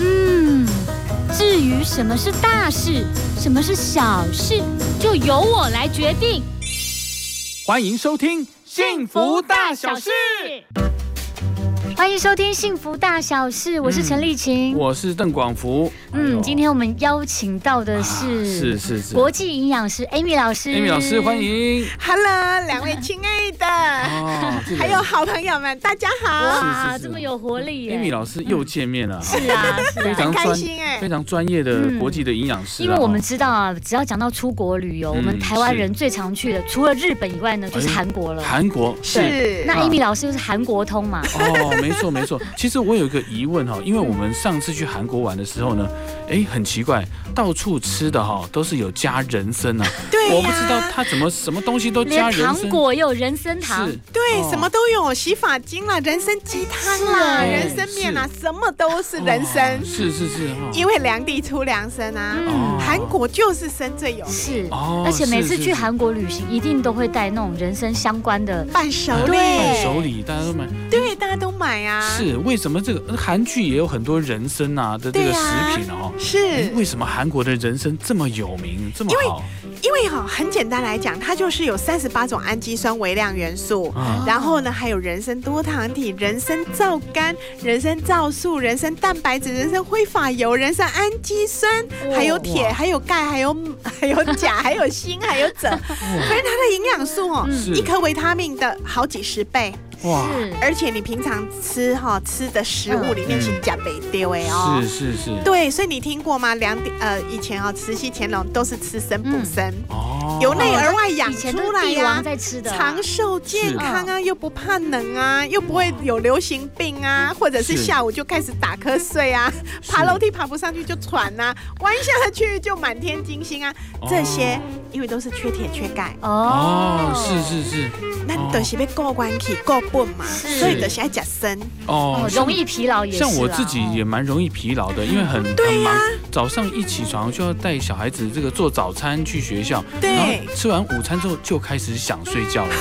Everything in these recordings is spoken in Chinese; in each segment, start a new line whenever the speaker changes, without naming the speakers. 嗯，至于什么是大事，什么是小事，就由我来决定。
欢迎收听《幸福大小事》，
欢迎收听《幸福大小事》，我是
嗯
陈丽琴。
我是邓广福。哎
嗯，
呦
今天我们邀请到的
啊
是、
是是是
国际营养师 Amy 老师。
，Amy 老师欢。 迎。
Hello，两位亲爱的，
哦，这个
还有好朋友们，大家好，
哇，
是是是
这么有活力耶
Amy 老师又见面了，
是啊，是
非常
啊。
哎嗯很开
专
心哎
非常专业的
嗯
国际的营养师啊。
因为我们知道啊，只要讲到出国旅游，
嗯
我们台湾
是
人最常去的，除了日本以外呢，就是
哎
韩国了。
韩啊国
是
那 Amy 老师又是韩国通 嘛？
哦，没错没错。 其实我有一个疑问哈，因为我们上次去韩国玩的时候呢，哎，很奇怪，到处吃的哈都是有加人参啊。
对呀
我不知道他怎么什么东西都加
连
人
糖
参。
果也有人参糖
是，
对
哦，
什么都有，洗发精啦，人参鸡汤啦，
是
人参面啦，什么都是人参
哦，是是是哈。
因为良地出良参啊，
哦
韩国就是参最有名
是，
哦
而且每
是
次
是
去
是
韩国旅行，一定都会带那种人参相关的。
伴手
啊
礼，
伴手礼大家都买。
对，大家都买啊，
是为什么这个韩剧也有很多人参啊的这
对
个
呀
食品哦？哎
是
为什么韩国的人参这么有名，这么
因为
好
因为哈，很简单来讲，它就是有三十八种氨基酸微量元素，
嗯
啊？
然后呢，还有人参多糖体、人参皂苷、人参皂素、人参蛋白质、人参挥发油、人参氨基酸，还有铁、还有钙、还有还有钾、还有锌、还有锗，反正它的营养素哦，
是
一颗维他命的好几十倍。
哇，
嗯是，
而且你平常吃哈、吃的食物里面
嗯
是钾北丢哎哦。
是是是，
对，所以你听过吗？两点呃，以前哦，慈禧乾隆都是吃参补
嗯
参，
哦，
由内而外
以
养
前都
出
是
来
帝
呀、
王在吃的啊，
长寿健康啊，又不怕冷啊，又不会有流行病啊，或者是
是
下午就开始打瞌睡啊，爬楼梯爬不上去就喘啊，弯下去就满天金星啊，这些因为都是缺铁缺钙，
哦，是是是，
那你都是被过关去过笨嘛，
是
所以都是爱假参。
哦
哦，，
像
容易疲劳也是啦。
像我自己也
哦
蛮容易疲劳的，因为很很忙，早上一起床就要带小孩子这个做早餐去学校，
对
然后吃完午餐之后就开始想睡觉 了，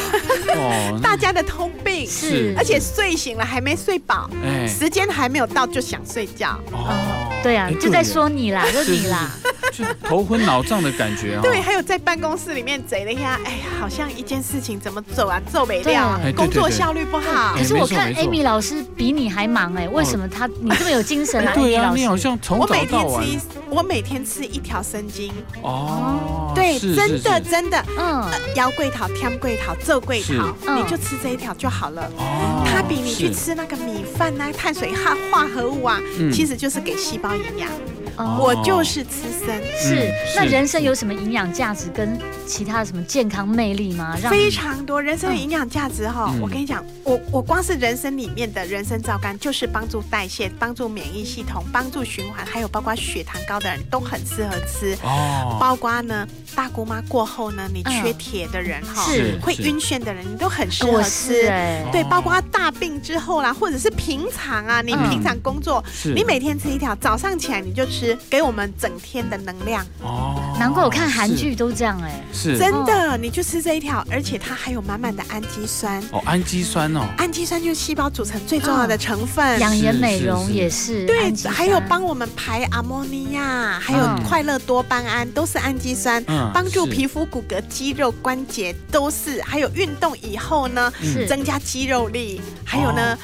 哦，那
大家的通病，
是
而且睡醒了还没睡饱，
哎，
时间还没有到就想睡觉。
哦，
对啊
哎，
就在说你啦，就是你啦，
就头昏脑胀的感觉啊，
对，还有在办公室里面贼了一下，哎呀，好像一件事情怎么走啊，做没料啊
对哎对，
工作
对对
效率不好
哎
可。是我
没错
看
没错哦
Amy 老师比你还忙哎，为什么他你这么有精神啊
哎对
？Amy
啊，
老
你好
师，
像从
我
早
每
到
天
晚
吃一，我每天吃一条生筋，
哦，
对，
是
真的
是是
真的，呃
嗯，
腰桂桃、天桂桃、皱桂
是
桃，
嗯
你就吃这一条就好了。
哦
它比你去
是
吃那个米饭啊、碳水化化合物啊，
嗯
其实就是给细胞营养。
哦，
我就是吃生，
是
嗯。
那
是
人参有什么营养价值跟其他什么健康魅力吗？让
非
你
常多人参的营养价值哈、
嗯
我跟你讲，我我光是人参里面的人参皂苷，就是帮助代谢、帮助免疫系统、帮助循环，还有包括血糖高的人都很适合吃。
哦，
包括呢，大姑妈过后呢，你缺铁的人哈、
是
会晕眩的人，你都很适合
我是
吃。
哎，
对
哦，
包括大病之后啦，或者是平常啊，你
嗯
平常工作，
是
你每天吃一条，早上起来你就吃，给我们整天的能量。
哦，
难怪我看韩
是
剧都这样哎。
是
真的，你就吃这一条，而且它还有满满的氨基酸。
哦，氨基酸哦，
氨基酸就是细胞组成最重要的成分。
嗯养颜美
是
容
是
也是，
对
氨基，酸
还有帮我们排阿莫尼亚，还有
嗯
快乐多巴胺，都是氨基酸，
啊
嗯
帮助
是
皮肤、骨骼、肌肉、关节都是。还有运动以后呢，
嗯
是哦
增加肌肉力，还有呢，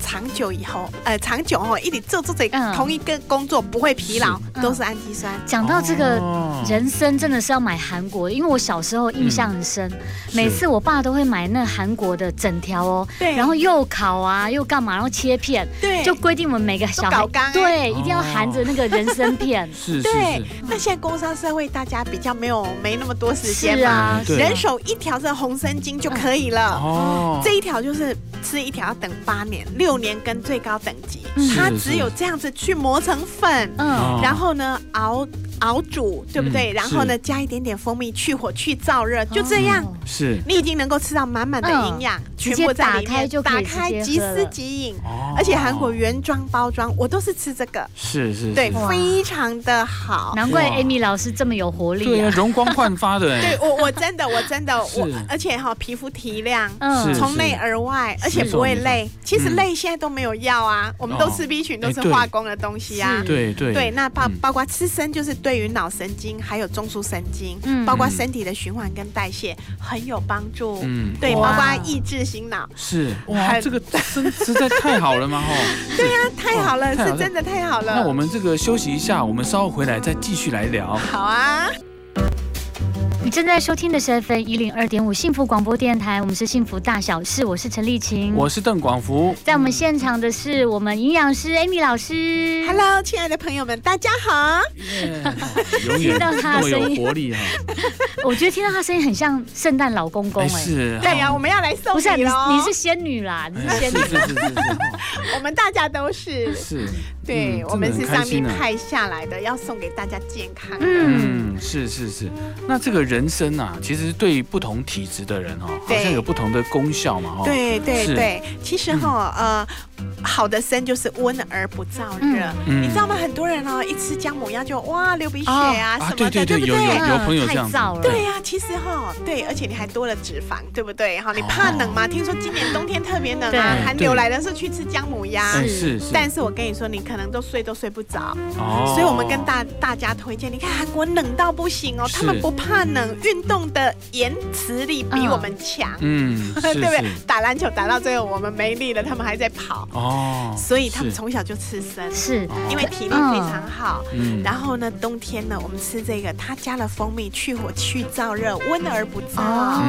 长久以后，呃，长久哦，一直做做这
嗯
同一个工作不会疲劳，
是嗯
都是氨基酸。
讲到这个
哦，
人参真的是要买韩国的，因为我小时候印象很深，每次我爸都会买那韩国的整条哦，
对
然后又烤啊，又干嘛，然后切片，
对，
就规定我们每个小
都
孩
搞干欸
对一定要含着那个人参 片
是是
对
是，。
那现在工商社会，大家比较没有没那么多时间
是
嘛，
啊
嗯，对
是啊
人手一条这红参精就可以了。
哦，
这一条就是吃一条要等八年、六年跟最高等级
嗯，
它
是哦
只
是
有这样子去磨成粉，
嗯
哦
然后呢熬熬煮，对不对？
嗯
然后呢
是
加一点点蜂蜜去火去燥热，就这样。
哦
嗯是
你已经能够吃到满满的营养，全部在里
嗯
面
直接打开就可
打
以
开
直
即
接喝了
吃即饮，
哦
而且韩国原装包装，我都是吃这个，
是是是
对，
哦哇
非常的好。
难怪
哇
Amy 老师这么有活 力
对啊，
啊。
容光焕发的
对
哎，
我我真的我真 的
是
我，而且哈皮肤提亮。
嗯
是
从内而外，而且不会累。其实累现在都没有药啊，我
哦
们都吃 B 群，都是
哎对
化工的东西啊。
对对
对，那包
嗯
包括吃参，就是对于脑神经还有中枢神经，
嗯
包括身体的循环跟代谢很有帮助。
嗯
对，包
哇
括抑制醒脑，
是哇，
还
这个真实在太好了嘛 吼！对啊，
太好了，
太好
是真的太好了。
那我们这个休息一下，我们稍后回来再继续来聊。
好啊。
你正在收听的是 FM 一零二点五幸福广播电台，我们是幸福大小事，我是陈丽琴。
我是邓广福，
在我们现场的是我们营养师 Amy 老师。
Hello，亲爱的朋友们，大家好。嗯
永
听
远
到
那
他的
么有
声音
活力哈！
我觉得听到他声音很像圣诞老公公
哎，
哎、
是
对呀、
哈
我们要来送
不是啊、
礼
你
喽。
你是仙女啦，你是
哎是
仙女
是。是是是哈
我们大家都是，
是，
对、
嗯
我们
真
是
的很开
上帝
心啊
派下来的，要送给大家健康。
嗯，
嗯，是是是。那这个人参啊，其实对不同体质的人哈，好
对
像有不同的功效嘛哈。
对对
哦是嗯
对，其实哈、呃，好的参就是温而不燥热。
嗯
你知道吗？很多人哦，一吃姜母鸭就哇流鼻血啊、
啊，
什
对
么的，
对对，
不
有有
对？
有朋友
太
这样子啊
燥了，
对呀、其实哈、对，而且你还多了脂肪，对不对？哈，你
哦
怕冷吗？听说今年冬天特别冷
对
啊，寒
对
流来的时候去吃姜母鸭。
哎
是
是是，
啊但是我跟你说，你可能都睡都睡不着，
哦
所以我们跟大大家推荐，你看韩国冷到不行哦，
是
他们不怕冷，运动的延迟力比
嗯
我们强，
嗯，是
对不对
是？
打篮球打到最后我们没力了，他们还在跑，
哦，
所以他们
是
从小就吃参，
是
哦
因为体力非常好。
嗯
然后呢，冬天呢，我们吃这个，它加了蜂蜜，去火、去燥热，温而不燥。
哦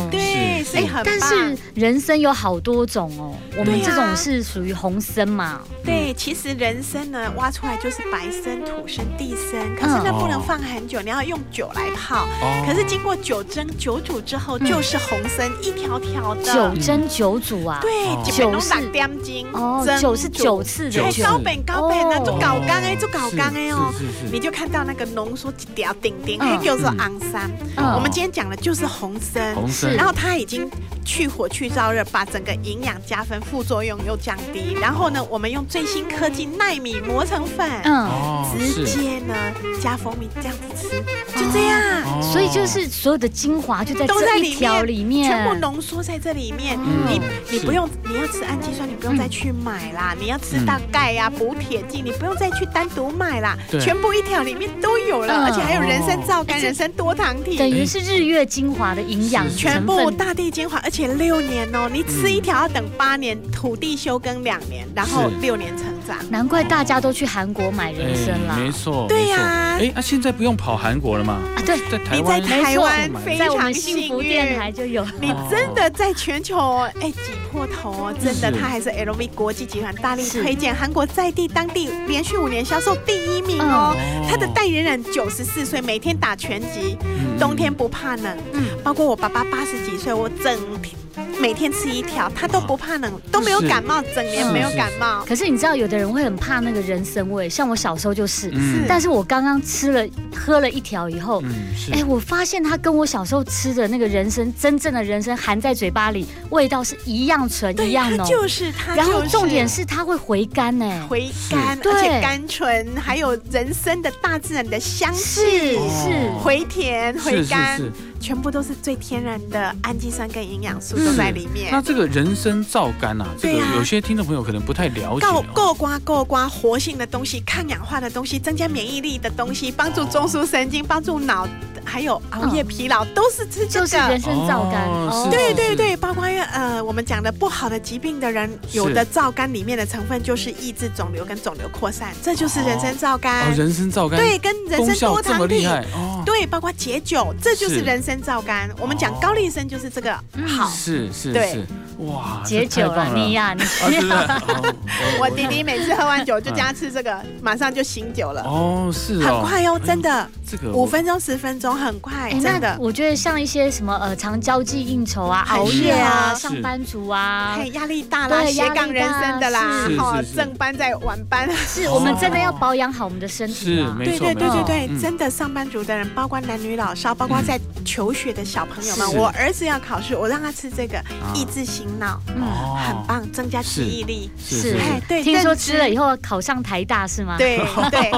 嗯。
对，
是
所以很棒。
但是人参有好多种哦，我们
对啊
这种是属于红参嘛，
对，其实人参呢，挖出来就是白参、土参、地参，可是呢
嗯
不能放很久，你要用酒来泡。
哦
可是经过酒蒸、酒煮之后，
嗯
就是红参一条条的。
九蒸九煮啊，
对
哦，
基本
酒
都
是
打点精
哦，
蒸
九是
煮
九次
九
的
哎
次
九，
高本高本啊，
哦
做搞干哎，做搞干哎哦。
是是是
你就看到那个浓缩一条顶顶，
嗯
还叫做昂山。
嗯
我们今天讲的就是红参，
红参，
然后它已经去火去燥热，把整个营养加分，副作用又降低。然后呢，我们用最新科技纳米磨成粉，
嗯，
哦
直
是，
接呢加蜂蜜这样子吃，就这样，
哦
所以就是所有的精华就在
都
这
在
一条里面，
全部浓缩在这里面。
嗯
你你
是
不用，你要吃氨基酸，你不用再去买啦。你要
嗯
吃到钙呀、补铁剂，你不用再去单独买啦
对。
全部一条里面都有
嗯
了，而且还有人参皂
哎
苷、
这
人参多糖
等
体，
于是日月精华的营养
是
嗯全
成
部
分
大地精华，而且六年哦，你吃一条要等八年，土地休耕两年，然后
是
六年成长。
难怪大家都去韩国买人参啦。
哎没错，
对
没错
呀
哎，那现在不用跑韩国了吗？
啊，对，
在台
你在
湾，
台湾
没错
非
在我
常
们幸
幸
福
运，
电台就有。
你真的在全球哎、挤破头哦，真的，
是
它还是 LV 国际集团大力
是
推荐，韩国在地当地连续五年销售第一名哦。
嗯
它的代言人九十四岁，每天打拳击，
嗯
冬天不怕冷。
嗯
包括我爸爸八十几岁，我整天每天吃一条，他都不怕冷，都没有
是
感冒，整年
是
没有
是
感冒。
可是你知道，有的人会很怕那个人参味，像我小时候就是。
嗯
但是我刚刚吃了喝了一条以后，
嗯是
哎、，我发现它跟我小时候吃的那个人参，真正的人参含在嘴巴里，味道是一样纯一
对，
样
他
浓。
就是他，
然后重点是它会回甘呢、
回甘，
是
而
对
且甘醇，还有人参的大自然的香
是
气。
哦
是，
回甜
是
回
是
甘，
是。
全部都是最天然的氨基酸跟营养素
嗯
是
都在里面
那。这个人参皂苷啊，这个
对啊
有些听众朋友可能不太了解
够
哦。
够瓜够瓜，活性的东西，抗氧化的东西，增加免疫力的东西，帮助中枢神经，帮助脑，还有熬夜疲劳，都是吃这
嗯就是人
个。
参皂苷。
哦是
对对对，包括呃，我们讲的不好的疾病的人，有的皂苷里面的成分就是抑制肿瘤跟肿瘤扩散，这就是人参皂
哦，
苷。
人参皂苷
对，跟人
功
参
效
多
这么
糖
厉
体，
害哦，
对，包括解酒，这就是
是
人参皂苷。我们讲
哦
高丽参就是这个
嗯
好。
是是
对
是，哇，
解
这太
酒
棒
了，你呀，你
啊，是不是？哦
我弟弟每次喝完酒就叫他吃这个，马上就醒酒了，
哦，是哦，
很快哦，真
哎
的，
呦，这个
五
我
分钟十分钟很快，
哎，
真
那
的，
我觉得像一些什么呃，常交际应酬啊、
哎
熬夜啊、
是
啊
上班族啊，
嘿，压力大啦，
对
斜
压
杠
力
人
大
生的啦
是，
哈
是，是
正班在晚班，
是我们真的要保养好我们的身体
是
啊。
没
对
错，
对对
没
对
错
对，
嗯
真的上班族的人，包括男女老少，包括
嗯
在求学的小朋友们，
是
我儿子要考试，我让他吃这个，
啊
益智醒脑，
嗯，
哦
很棒，增加记忆力。
是
是
是
哎，对，
听说
认知
吃了以后考上台大是吗？，
对对，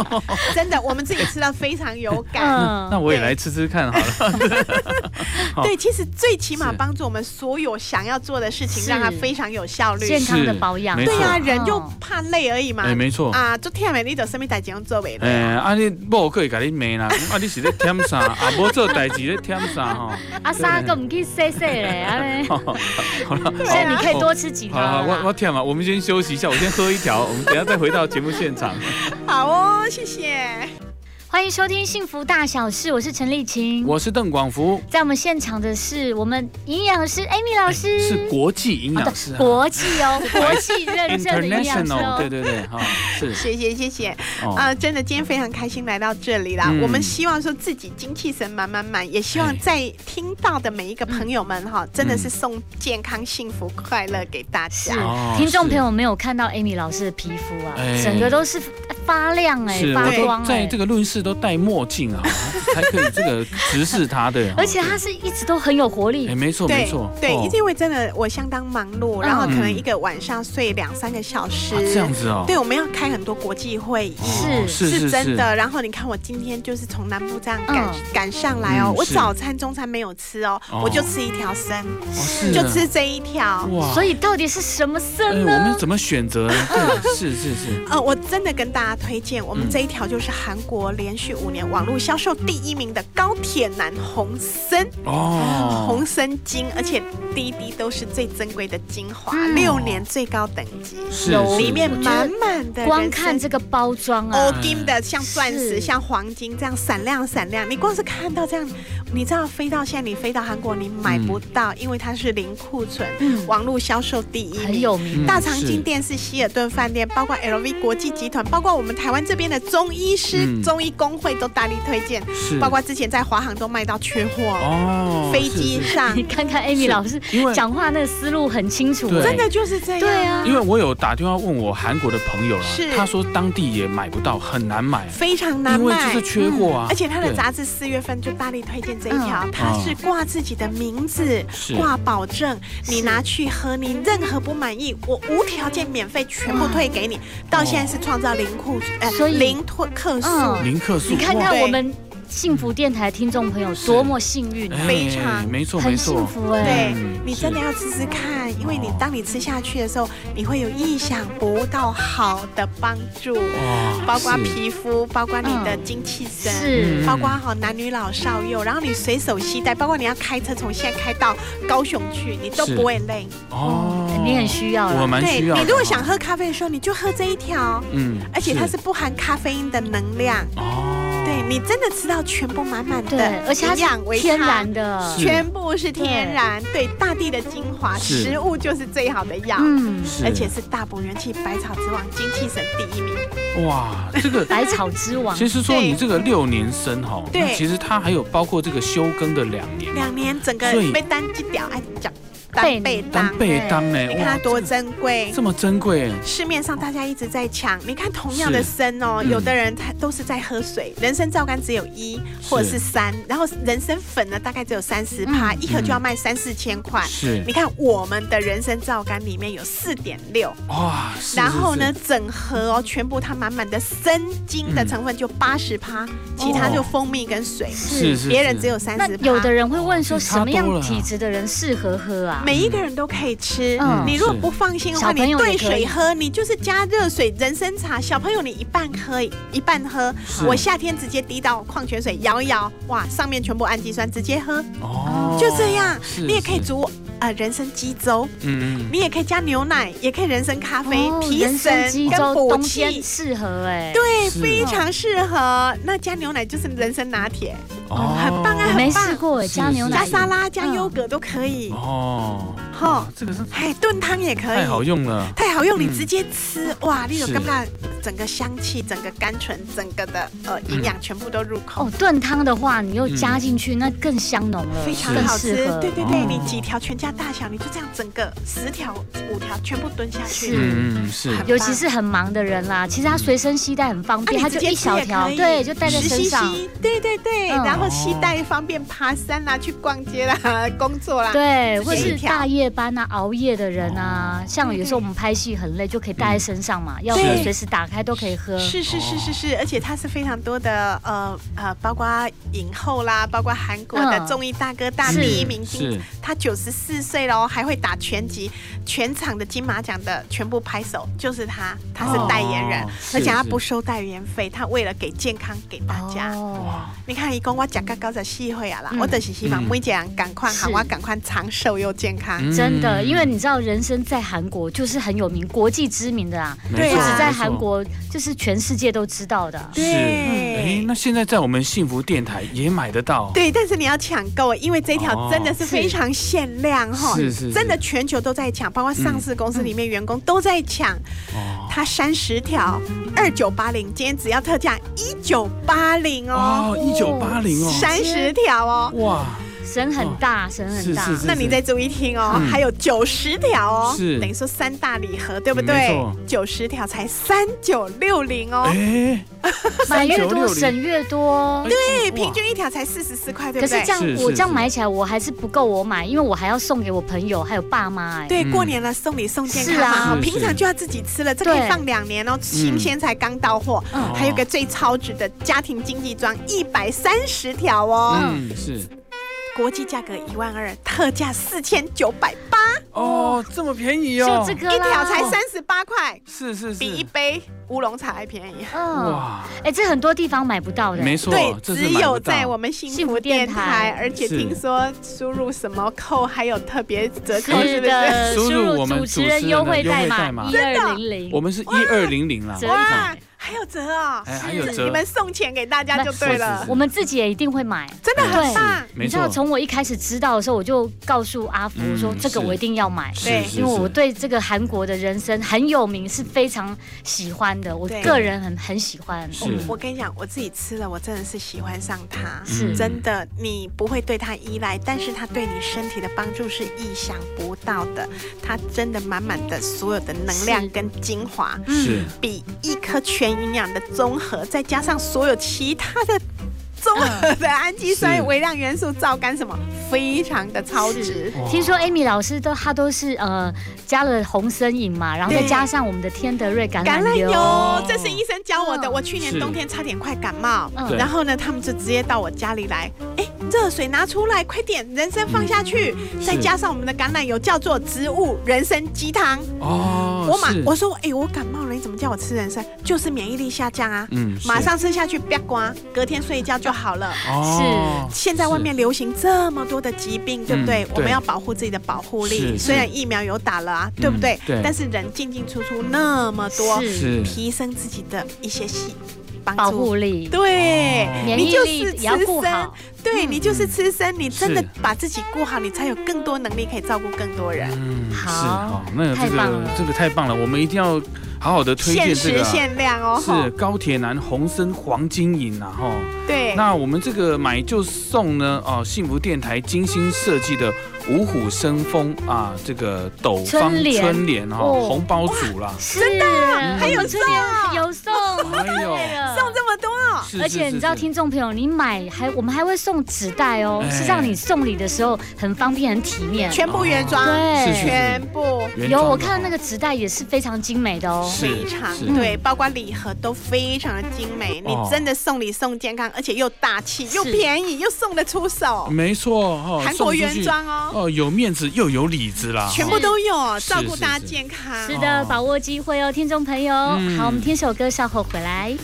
真的，我们自己吃到非常有感。
嗯
那，我也
对
来吃吃看好了。好
对，其实最起码
是
帮助我们所有想要做的事情，
是
让它非常有效率。
健康的
是
保养。
没
对
错
呀，人就
哦
怕累而已嘛。
哎，没错。
啊，做天美丽的生命代志用做未来
哎，
啊。
啊你某可以甲你骂啦， 啊你是咧添啥？啊无做代志咧添啥哦吼？
啊，三个唔去洗洗嘞，啊嘞，
好了，
所以你可以
好。
多吃几条
啊
啊
好了，好
啦。
我我舔了，我们先休息一下，我先喝一条，我们等一下再回到节目现场。
好哦，谢谢。
欢迎收听《幸福大小事》，我是陈丽琴。
我是邓广福，
在我们现场的是我们营养师 Amy 老师，
是国际营
啊
养师
对
啊哎
国际哦， 国际认证的营养师
，international，对
哦。
对对，哈，是
谢谢谢谢啊、
哦，
真的今天非常开心来到这里啦。
嗯
我们希望说自己精气神满满满，也希望
哎
在听到的每一个朋友们
嗯
哈，真的是送健康、幸福、快乐给大
是
家。
哦
听众
是
朋友没有看到 Amy 老师的皮肤啊
哎，
整个都是发亮哎，
是
发
我
光
都在
哎
这，个论事都戴墨镜啊， 才可以这个直视他的。
而且他是一直都很有活力
哎，。没错没
对
错，
对，
哦
因为真的我相当忙碌，然后可能
嗯
一个晚上睡两三个小时。
啊这样子哦，
对，我们要开很多国际会议。
哦
是
是是
真的，然后你看我今天就是从南部这样赶、
嗯
赶上来哦，
嗯
我
是
早餐、中餐没有吃哦，
哦
我就吃一条生，
哦是
就
啊
吃这一条。
哇
所以到底是什么
哎，
色
我
呢？
们怎么选择 呢？对，是是是，
呃，我真的跟大家推荐，我们
嗯
这一条就是韩国连续五年网络销售第一名的高铁男红参，
哦
啊红，参精，而且滴滴都是最珍贵的精华，
嗯
六年最高等级，
是
有
是
里面
我觉得
满满的
光看这
个。
个包装啊
哦
欧，金的像钻石、
是
像黄金这样闪亮闪亮，你光是看到这样，你知道飞到现在你飞到韩国你买
嗯
不到，因为它是零库存，
嗯
网络销售第一
很
名。
有名
嗯
大长
是
今店是希尔顿饭店，包括 LV 国际集团，包括我们台湾这边的中医师、
嗯
中医工会都大力推荐，
是
包括之前在华航都卖到缺货，
哦
飞机
是是
上
你 看看 Amy
是
老师
因为
讲话那个思路很清楚，
对
真的就是这样。
对啊
因为我有打电话问我韩国的朋友啦
是，
他说当地也买不到，很难买，
非常难
因为
卖
就。是缺货啊。
而且他的
对
杂志四月份就大力推荐这一条，它
嗯
是挂自己的名字，
是
挂保证，你
是
拿去喝，你任何不满意，我无条件免费全部退给你。到现在
哦
是创造零库，呃，
所以
零退客诉，
嗯
零克数，
你看
哇
看
对
我们幸福电台听众朋友多么幸运，
哎
非常
没错没
很
错
幸，福哎、
对
嗯
你
是
真的要吃吃看，因为你
哦
当你吃下去的时候，你会有意想不到好的帮助，
哇
包括
是
皮肤，包括你的
嗯
精气神。
是
嗯
包括好男女老少幼，然后你随手携带，包括你要开车从现在开到高雄去，你都
是
不会累。
哦，
你很需要
我
了。
蛮
对
需要
你
的
如果想，喝咖啡的时候，你就喝这一条，
嗯
而且它是不含咖啡因的能量。
哦，
对你真的吃到全部满满
对
的，，
而且它
营养
是
为
天
它
然的，
是
全部是天然，对大地的精华，
是
食物就是最好的药。
嗯，
是
而且是大补元气百草之王精气神第一名，
哇，这 个
百草之王。
其实说你这个六年生哈，
对
那其实它还有包括这个休耕的两年嘛，
两年整个
所以
被单击掉，哎，讲
被
单被当
当，被当呢，
你看
哇
它，多珍贵。
这么珍贵，
市面上大家一直在抢，你看同样的
是
参哦，
嗯
有的人他都是在喝水，人参皂苷只有一或者是三，然后人参粉呢大概只有三十
嗯
趴，一盒就要卖三四千块。
是
你看我们的人参皂苷里面有四点六，
哇，是
然后？呢
是是，
整合哦，全部它满满的参精的成分就八十趴，其他就蜂蜜跟水，
嗯哦是是，
别人
是
只有三
那
十趴。
有的人会问说，
是
什
差
么样
多了啊
体质的人适合喝啊？
每一个人都可以吃，
嗯
你如果
是
不放心的话，
小朋
你
友也
兑
可以
水喝，你就是加热水、人参茶。小朋友你一半喝一半喝，
是
我夏天直接滴到矿泉水摇一摇，哇，上面全部氨基酸，直接喝，
哦，
就这样。
是
你也可以，
是
煮呃人参鸡粥，
嗯嗯，
你也可以加牛奶，也可以人参咖啡、
哦
提
人参
神
鸡
跟
粥
补
冬天
气。
适合哎、
对，啊
是
非常适合。那加牛奶就是人参拿铁，
哦，
很棒啊
我
很
没试过哎，
是
加牛奶
加
油
沙拉、加优格都可以，
哦，
哈，
这个是
哎，炖汤也可
太
以，
好用了。
太好用，你
嗯
直接吃，哇，那种
是
刚刚整个香气、整个甘醇、整个的呃营养全部都入口
嗯
哦，，炖汤的话，你又加进去，那更香浓了，
非常
更
好吃
适合。。
对对对，
哦
你几条全家大小，你就这样整个十条、五条全部蹲下去
是。
嗯，嗯是
很
尤其是很忙的人啦，其实他随身携带很方便，
嗯啊
他
你
就
直接
一小条，
吃也可以
对，就带在
十
身
cc，
上。
对对对，
嗯
然后携带方便爬山啊啦、去逛街啦、工作啊啦。
对，
直
或
接一
是
条
大夜班啊、熬夜的人啊，像有时候我们拍戏很累，就可以带在身上嘛，要
哦嗯对
喝随时打开都可以喝。
是是是是是，而且它是非常多的，呃呃，包括影后啦，包括韩国的
嗯
综艺大哥大
是
第一明星，
是
他九十四岁了哦，还会打拳击，全场的金马奖的全部拍手就是他，他是代言人，
哦
而且他
是
不收代言费，他为了给健康给大家。
哦，
哇，
你看，伊讲我食到九十四岁啊啦，
嗯
我就是希望
嗯
每一个人赶快，
是
喊我赶快长寿又健康。
嗯
真的，因为你知道，人参在韩国就是很有名、国际知名的啦，
嗯没
对
不
啊
错
止在
没错
韩国，就是全世界都知道的啊。
是哎，那现在在我们幸福电台也买得到，
对，但是你要抢购，因为这条
哦
真的是非常限量哈，
是是是
真的全球都在抢，包括上市公司里面员工都在抢。
哦
它三十条，二九八零，今天只要特价一九八零哦，
哦，一九八零哦，
三十条哦。
哇，
神很大，神很大
哦是。是
那你再注意听哦，还有九十条哦，
是
等于说三大礼盒，对不
没
对
错？
九十条才三九六零哦，
哎，
买越多
3960
省越多。
对
对，平均一条才四十四块，对
可
不
是
对
这？样
是，是
我这样
是
买起来我还是不够我买，因为我还要送给我朋友还有爸妈哎。
对，
嗯
过年了送礼送健康
是啊
嘛，
是嗯
平常就要自己吃了，这可以
对
放两年哦，新鲜才刚到货。
哦
嗯
还有一个最超值的家庭经济装，一百三十条哦，
嗯是
国际价格一万二，特价四千九百八，
哦，这么便宜哦
就，这个啦
一条才三十八块，
是是
比一
是，
杯乌龙茶还便宜。
嗯，
哇，
哎，这很多地方买不到的。
没错
哦对，，
这
只
是买
有
不
在我
到。
们幸
幸福
福电
电
台，
台
而且
是
听说输入什么扣还有特别折扣，是
是
不是？
的，
输入我们
主持
主持人
人
的
优惠
优惠
代
代
码
码
一二零零。
我们是一二零零啦，
折一百
哇，还有折哦！
哎还有
是
折
你们送钱给大家就对
是是
了
是，
我们自己也一定会买。
真的很棒。
没
你知
错
道，，从我一开始知道的时候，我就告诉阿福
嗯
说：“这个
是
我一定要买，
是
对
是是
因为我对这个韩国的人生很有名，是非常喜欢的。我
对
个人很很喜欢。
是
嗯
我跟你讲，我自己吃了，我真的是喜欢上它，
是
嗯
真的。你不会对它依赖，但是它对你身体的帮助是意想不到的。它真的满满的所有的能量
是
跟精华，
是
比一颗全营养的综合，再加上所有其他的综合的氨基
是
酸、微量元素、皂苷什么，非常的超值。
哇
听说 Amy 老师都她都是呃加了红参饮嘛，然后再
对
加上我们的天德瑞橄
橄
榄
榄
油，
油，这是医生教我的。
嗯
我去年
是
冬天差点快感冒，
嗯
对
然后呢，他们就直接到我家里来，哎，热水拿出来，快点，人参放下去，
嗯
是
再加上我们的橄榄油，叫做植物人参鸡汤。
哦，
我马
是
我说，哎，我感冒了，你怎么叫我吃人参？就是免疫力下降啊，
嗯是
马上吃下去，不要刮，隔天睡一觉就好了。
哦
现在外面流行这么多的疾病，对不对？
嗯
我们
对
要保护自己的保护
是
力。
是
虽然疫苗有打了啊，对不对？
对
但是人进进出出那么多，
是
是
提升自己的一些系帮助
保护力，
对
哦，
免
你
疫
就
力
是
也要
吃
顾
生
好，。
对
嗯
你就是吃生，你真的
哦是
把自己顾好，你才有更多能力可以照顾更多人。
嗯，是
好
好，那有这
太棒
个
了
这个太棒了，我们一定要好好的推
限
荐这
时
个啊、
限量哦，
是高铁男红参黄金饮啊哈。
对，
那我们这个买就送呢哦，幸福电台精心设计的五虎生风啊，这个斗方
春联
春联哈、
哦
红包组啦，
是真的
啊还有
这边
送
有送，
哎呦，
送这么多哦，
是
而且你知道，，听众朋友，你买还我们还会送纸袋哦，
哎
是让你送礼的时候很方便、很体面。
全部原装，
对
是是
全部。
是是
有我看那个纸袋也是非非常精美的哦。
是
非常
是
对，包括礼盒都非常的精美，你
哦
真的送礼送健康，而且又大气又
是
便宜又送得出手，
没错哈，
韩国
嗯送出去
原装哦，
哦，有面子又有里子啦，
全
哈
部都有，
是
照顾大
是
家
是
健康。
哦是的，把握机会哦，听众朋友。
嗯
好，我们听首歌，稍后回来。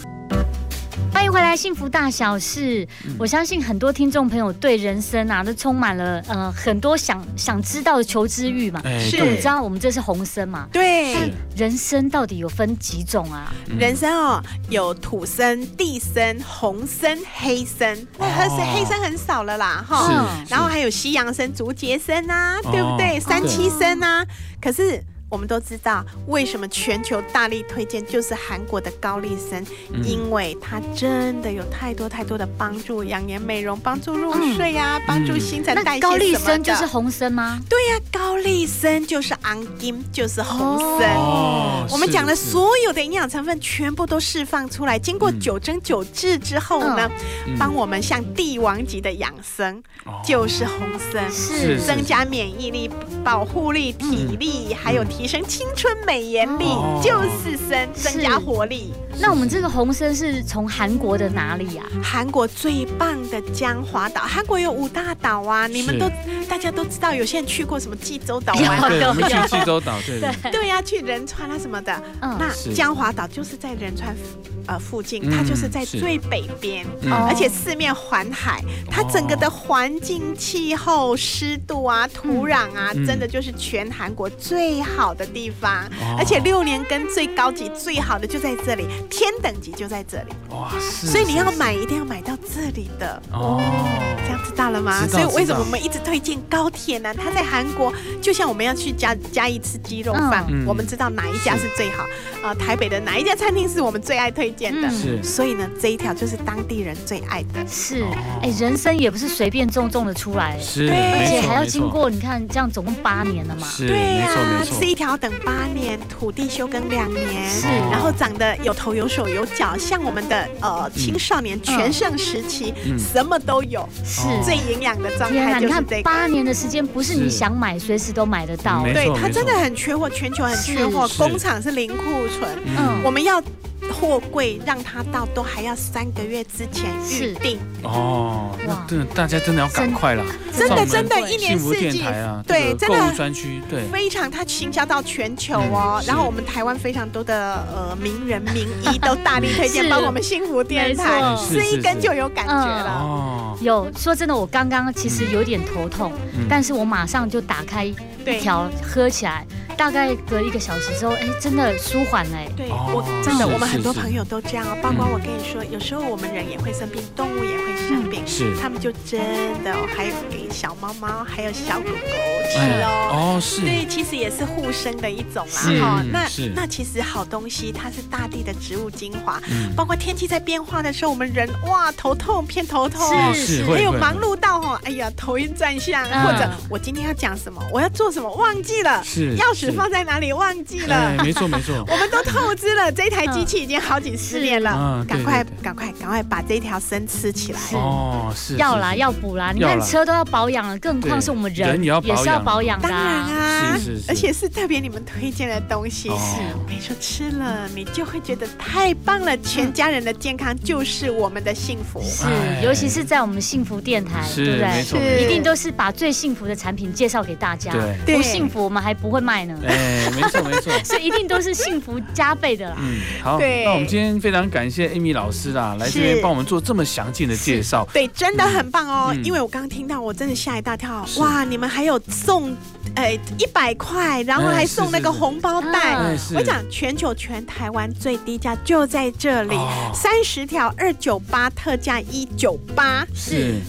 欢迎回来，《幸福大小事》
嗯
我相信很多听众朋友对人生啊，都充满了呃很多想想知道的求知欲嘛。
哎，
是
你
对
知，道我们这是红参嘛？
对，
是
人参到底有分几种啊？
嗯
人参哦，有土参、地参、红参、黑参，那黑参、
哦
黑参很少了啦，哈。
是
嗯，
是
然后还有西洋参、竹节参啊，
哦
对不对？三
对
七参啊。可是我们都知道，为什么全球大力推荐就是韩国的高丽参，
嗯
因为它真的有太多太多的帮助养颜美容、帮助入睡啊、
嗯
帮助新陈代
那
谢。
高丽参就是。红参吗？
对呀、高丽参就是昂金，就是红参。
哦
呃我们讲的
了说，
所有的营养成分全部都释放出来，经过
嗯
九蒸九制之后呢，
嗯
帮我们像帝王级的养生，
哦
就是红参。
是嗯是
增加免疫力、保护力、体力，还有提升青春美颜力
哦，
就是参增加活力。
那我们这个红参是从韩国的哪里啊？
韩国最棒的江华岛，韩国有五大岛啊，你们
是
都大家都知道，有些人去过什么济州岛
有
玩啊，
哦对，我们去济州岛，对对，
对呀、去仁川啊什么的。
嗯
那
是
江华岛就是在仁川呃附近，
嗯
它就是在
是
最北边，
嗯
而且四面环海，它整个的环境、气候、湿度啊、土壤啊，
嗯
真的就是全韩国最好的地方。
哦
而且六连根最高级、最好的就在这里，天等级就在这里，
哇，是
所以你要
是
买一定要买到这里的。
哦，
这样知道了吗？
知道
所以为
知
什
道
么我们一直推荐高铁呢？它在韩国，就像我们要去加加一次鸡肉饭，
嗯
我们知道哪一家是最好，呃，台北的哪一家餐厅是我们最爱推荐的。
嗯
是
所以呢，这一条就是当地人最爱的。
是
哦，
哎，人参也不是随便种种的出来，
是，
对
而
没
且
错
还要
没错
经过你看这样总共八年了嘛。
是，
对啊
没错没
这
错，
一条等八年，土地休耕两年，
是
然后长得有头有手有脚，像我们的呃青少年全盛时期，
嗯
什么都有，
是，
哦
最营养的状
天啊，
态
你
就是
看
这个。
八年的时间，不是你
是
想买随时都买得到。
没
对
错，
它
没
真的
错
很缺货，全球很缺
是
货，
是
工厂是零库存。
嗯
我们要货柜让它到都还要三个月之前预
是
定，
哦，那
哇
真的大家真的要赶
真
快啦，
嗯真
上
的
门
真的，
幸
一年
福
四
电
季
台啊，
对，
这
真
个购物
的
专区，对，
非常，它行销到全球哦
嗯。
然后
是
我们台湾非常多的呃名人名医都大力推 荐，
是
包括我们幸福电
没
台，
错
哎是
吃
是
一根
是
就有感觉了。
哦，
有说真的，我刚刚其实有点头痛，
嗯
但是我马上就打开一
对
哦
条喝起来，大概隔一个小时之后，哎，真的舒缓了。哎
对，
哦
我真的，
是
我们
是
很多
是嗯
朋友都这样哦，包括我跟你说，有时候我们人也会生病，动物也会生病，
是，
他们就真的哦还有给小猫猫还有小狗狗吃
哎，
哦。
哦是，
对，其实也是护生的一种啦
是，
哈。
嗯
那
是
那其实好东西，它是大地的植物精华，
嗯，
包括天气在变化的时候，我们人哇头痛偏头痛，
哦
是
是，
是
会
还有
会
忙碌到哈，哎呀头晕转向，
嗯
或者我今天要讲什么，我要做什么忘记了，
是
钥匙
是
放在哪里忘记
哎，
了。
没错没错，
我们都透支了，这台机器已经好几十年了
嗯，
赶
对
快
对对
赶快赶快把这条参吃起来。
是
哦是，
要
是
啦，
是
要补啦！你
要
看
啦
车都要保养了，更何况
对
是我们人，
人也要保养
是要保养的、
当然
啊。
啊，
是是是
而且是特别你们推荐的东西。
哦
我跟你说，吃了你就会觉得太棒了，全家人的健康就是我们的幸福。
哎
是，尤其是在我们幸福电台，
是
对不
没
对？
错，没
是
一
错
定都是把最幸福的产品介绍给大家。
对
对
不幸福我们还不会卖呢，
哎，没错没错。
所以一定都是幸福加倍的啦。
嗯，好，
对
那我们今天非常感谢 Amy 老师啦，来这边
是
帮我们做这么详尽的介绍，
对，真的很棒哦！
嗯
因为我刚刚听到，我真的吓一大跳
是。
哇，你们还有送，呃，一百块，然后
哎
还
是
送那个
是是
红包袋。
嗯
哎是
我讲全球全台湾最低价就在这里
哦，
三十、条二九八特价一九八，
是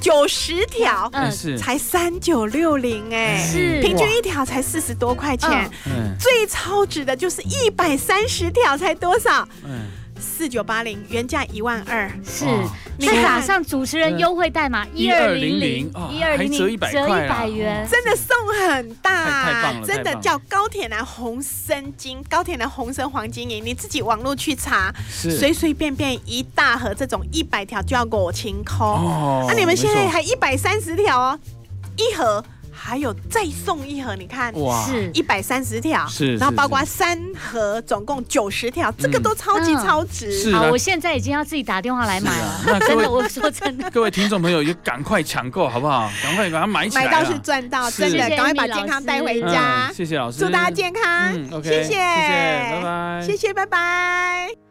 九十条、
哎
嗯
是
呃才三九六零哎，
是
平均一条才四十多块钱
嗯，
嗯
最超值的就是一百三十条才多少？
嗯，
四九八零，原价一万二。
是
哇，
再打上主持人优惠代码一二零零
哦
一二
还
零零
折100
折
块啊
一百元，
真的送很
太太棒
大
了，
真
太棒
的
了
叫高铁男红参金，高铁男红参黄金银，你自己网络去查，
是
随随便便一大盒这种一百条就要我清空。
哦
那、啊你们
没
现在
错
还一百三十条哦，一盒还有再送一盒，你看
哇
是
一百三十条，
是
然后
是
包括三盒，总共九十条，这个都超级
嗯
超值。
是
好，
啦
我现在已经要自己打电话来买
是
了
啊，那各
真
位
的，我说真 的，
各位听众朋友，就赶快抢购好不好？赶快把它买起来
买
啊。
到是赚到，
是
真的
谢谢，
赶快
Amy
把
老
健康
师
带回
嗯
家，
谢谢老师，
祝大家健康，
嗯，OK，
谢谢，
谢谢，拜拜，
谢谢，拜拜。